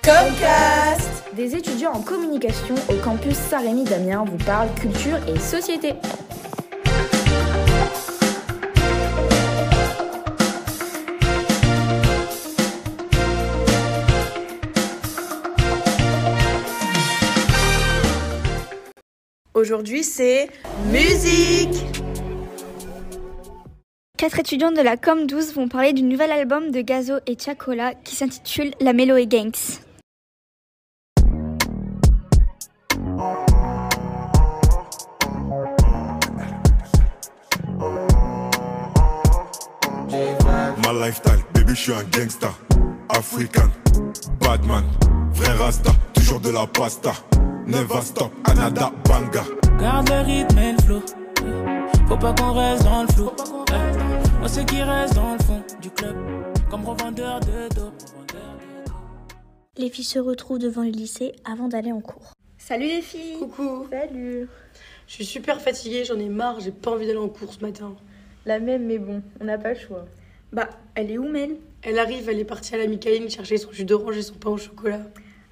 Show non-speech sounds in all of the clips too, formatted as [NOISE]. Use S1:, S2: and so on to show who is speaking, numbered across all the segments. S1: Comcast
S2: Des étudiants en communication au campus Saint-Rémy-Damien vous parlent culture et société.
S1: Aujourd'hui, c'est musique
S3: Quatre étudiants de la Com 12 vont parler du nouvel album de Gazo et Chacola qui s'intitule La Mélo et Gangs.
S4: My lifestyle, baby, je suis un gangsta. African, Badman, vrai rasta, toujours de la pasta. Never stop, Anada Banga.
S5: Garde le rythme et le flow. Faut pas qu'on reste dans le flou. On sait qui reste dans le fond du club. Comme revendeur de dos.
S3: Les filles se retrouvent devant le lycée avant d'aller en cours.
S6: Salut les filles
S7: Coucou,
S6: Salut
S7: je suis super fatiguée, j'en ai marre, j'ai pas envie d'aller en cours ce matin.
S6: La même mais bon, on n'a pas le choix. Bah, elle est où Mel
S7: Elle arrive, elle est partie à la Michaeline chercher son jus d'orange et son pain au chocolat.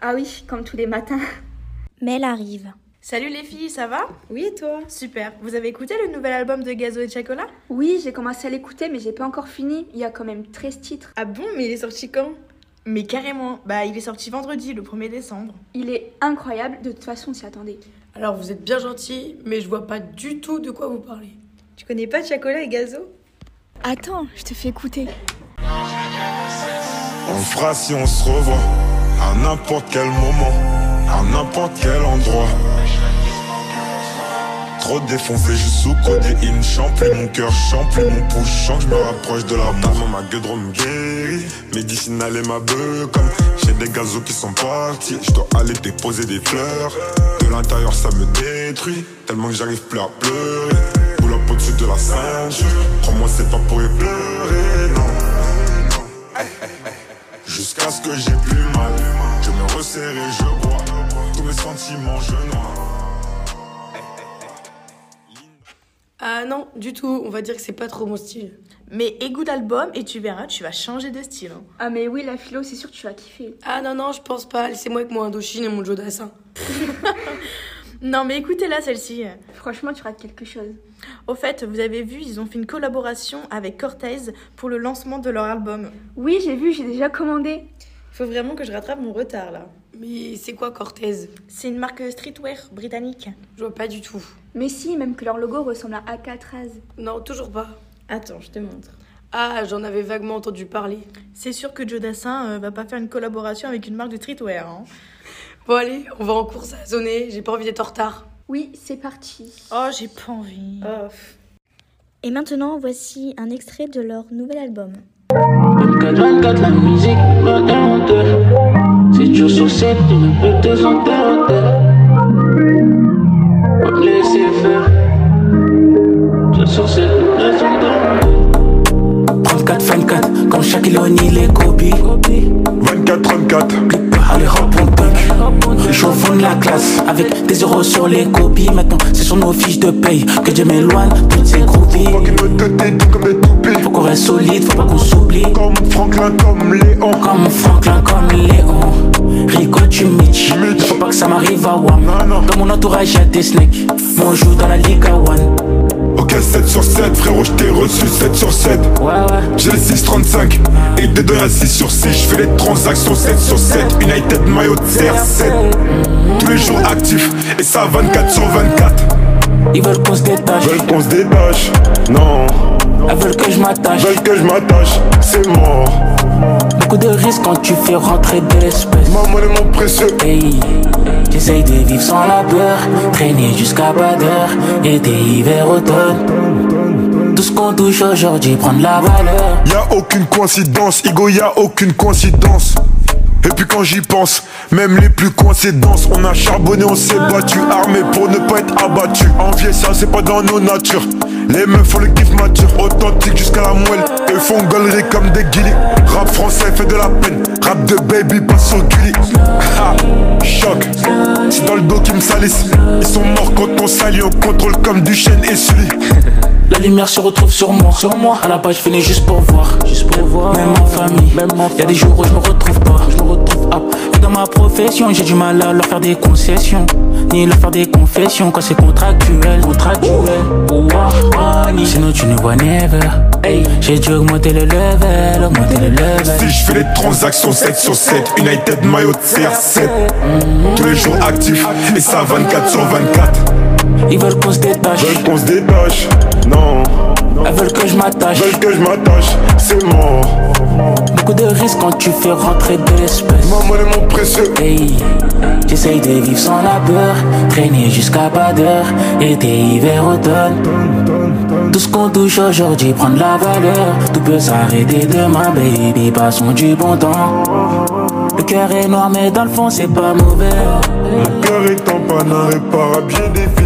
S6: Ah oui, comme tous les matins. [LAUGHS]
S3: Mais elle arrive.
S8: Salut les filles, ça va
S6: Oui et toi
S8: Super. Vous avez écouté le nouvel album de Gazo et Chacola
S6: Oui, j'ai commencé à l'écouter mais j'ai pas encore fini. Il y a quand même 13 titres.
S8: Ah bon, mais il est sorti quand Mais carrément. Bah, il est sorti vendredi, le 1er décembre.
S6: Il est incroyable, de toute façon on s'y attendait.
S7: Alors vous êtes bien gentils, mais je vois pas du tout de quoi vous parlez.
S8: Tu connais pas Chacola et Gazo
S3: Attends, je te fais écouter.
S4: On fera si on se revoit, à n'importe quel moment, à n'importe quel endroit. Trop défoncé, je suis sous codéine, chante plus mon cœur, chante plus mon pouce, chante, je me rapproche de la mort. Ma gueule me guérit, médicinale et ma beuh, comme J'ai des gazos qui sont partis, je dois aller déposer des fleurs. De l'intérieur, ça me détruit, tellement que j'arrive plus à pleurer. Boule up au-dessus de la ceinture, prends-moi, c'est pas pour y pleurer, non. non. Jusqu'à ce que j'ai plus mal Je me resserre et je bois Tous mes sentiments je noie
S7: Ah non, du tout, on va dire que c'est pas trop mon style.
S8: Mais écoute l'album et tu verras, tu vas changer de style. hein.
S6: Ah mais oui, la philo, c'est sûr que tu vas kiffer.
S7: Ah non, non, je pense pas, laissez-moi avec mon Indochine et mon Joe Dassin.
S8: Non, mais écoutez-la celle-ci.
S6: Franchement, tu rates quelque chose.
S8: Au fait, vous avez vu, ils ont fait une collaboration avec Cortez pour le lancement de leur album.
S6: Oui, j'ai vu, j'ai déjà commandé.
S9: Faut vraiment que je rattrape mon retard là.
S7: Mais c'est quoi Cortez
S8: C'est une marque streetwear britannique.
S7: Je vois pas du tout.
S6: Mais si, même que leur logo ressemble à Alcatraz.
S7: Non, toujours pas.
S9: Attends, je te montre.
S7: Ah, j'en avais vaguement entendu parler.
S8: C'est sûr que Joe Dassin euh, va pas faire une collaboration avec une marque de streetwear. hein.
S7: Bon allez, on va en cours, ça a sonné, j'ai pas envie d'être en retard.
S6: Oui, c'est parti.
S8: Oh, j'ai pas envie.
S9: Oh, pff.
S3: Et maintenant, voici un extrait de leur nouvel album.
S10: 24 la musique va tenter. Si tu souscris, tu ne peux te sentir en terre. Faut te laisser faire. Tu souscris, tu ne peux te sentir en terre.
S11: 34, 24, comme Shaquille O'Neal et Kobe.
S4: 24 34
S11: Allez hop, on tank. Je suis au fond de la classe avec des euros sur les copies. Maintenant, c'est sur nos fiches de paye que je m'éloigne toutes ces groupies.
S4: Moi qui me têtais tout comme des toupies
S11: Faut qu'on reste solide, faut pas qu'on s'oublie.
S4: Comme Franklin, comme Léon
S11: Comme Franklin, comme Léon. Rico, tu mitch.
S4: Mitch.
S11: Faut pas que ça m'arrive à Wam.
S4: Non, non.
S11: Dans mon entourage, y'a des snakes. Moi, on joue dans la Ligue à One.
S4: Ok 7 sur 7 frérot je t'ai reçu 7 sur 7
S11: Ouais, ouais.
S4: J'ai les 6 35 Et des deux à 6 sur 6 Je fais les transactions 7 sur 7 United maillot de serre 7 Tous les jours actifs Et ça 24 sur 24
S11: Ils veulent qu'on se détache.
S4: Veulent qu'on se détache Non
S11: Elles veulent que je m'attache.
S4: Veulent que je m'attache C'est mort
S11: Beaucoup de risques quand tu fais rentrer de l'espèce.
S4: Ma monnaie mon précieux
S11: Hey, j'essaye de vivre sans la peur, traîner jusqu'à pas d'heure, été, hiver, automne. Tout ce qu'on touche aujourd'hui prend de la valeur.
S4: Y'a aucune coïncidence, Igo, y'a aucune coïncidence. Et puis quand j'y pense, même les plus coïncidences, on a charbonné, on s'est battu, armé pour ne pas être abattu. Envier ça, c'est pas dans nos natures. Les meufs font le kiff mature, authentique jusqu'à la moelle. Et font galerie comme des guillis. Rap français fait de la peine, rap de baby passe au gully. Ha, choc, c'est dans le dos qu'ils me salissent. Ils sont morts quand on salit, on contrôle comme du chêne et Sully.
S11: La lumière se retrouve sur moi, sur moi. À la page, je venais juste pour voir, juste pour voir. Même en famille, même Y'a des jours où je me retrouve pas, je me retrouve hop.
S12: Ah. dans ma profession, j'ai du mal à leur faire des concessions. Ni leur faire des confessions quand c'est contractuel. Contractuel. Chez nous, tu ne vois never. J'ai dû augmenter le level, augmenter le level.
S4: Si je fais les transactions 7 sur 7, United Maillot CR7. Tous les jours actifs et ça 24 sur 24.
S12: Ils veulent qu'on se détache.
S4: Veulent qu'on se détache, non.
S12: Elles veulent que je m'attache.
S4: Veulent que je m'attache, c'est mort.
S12: Beaucoup de risques quand tu fais rentrer de l'espèce.
S4: Ma monnaie, mon précieux.
S11: Hey, J'essaye de vivre sans la peur, traîner jusqu'à pas d'heure, été, hiver, automne. Tout ce qu'on touche aujourd'hui prend de la valeur, tout peut s'arrêter demain, baby, passons du bon temps. Le cœur est noir, mais dans le fond, c'est pas mauvais.
S4: Mon cœur est en panne, réparable, j'ai des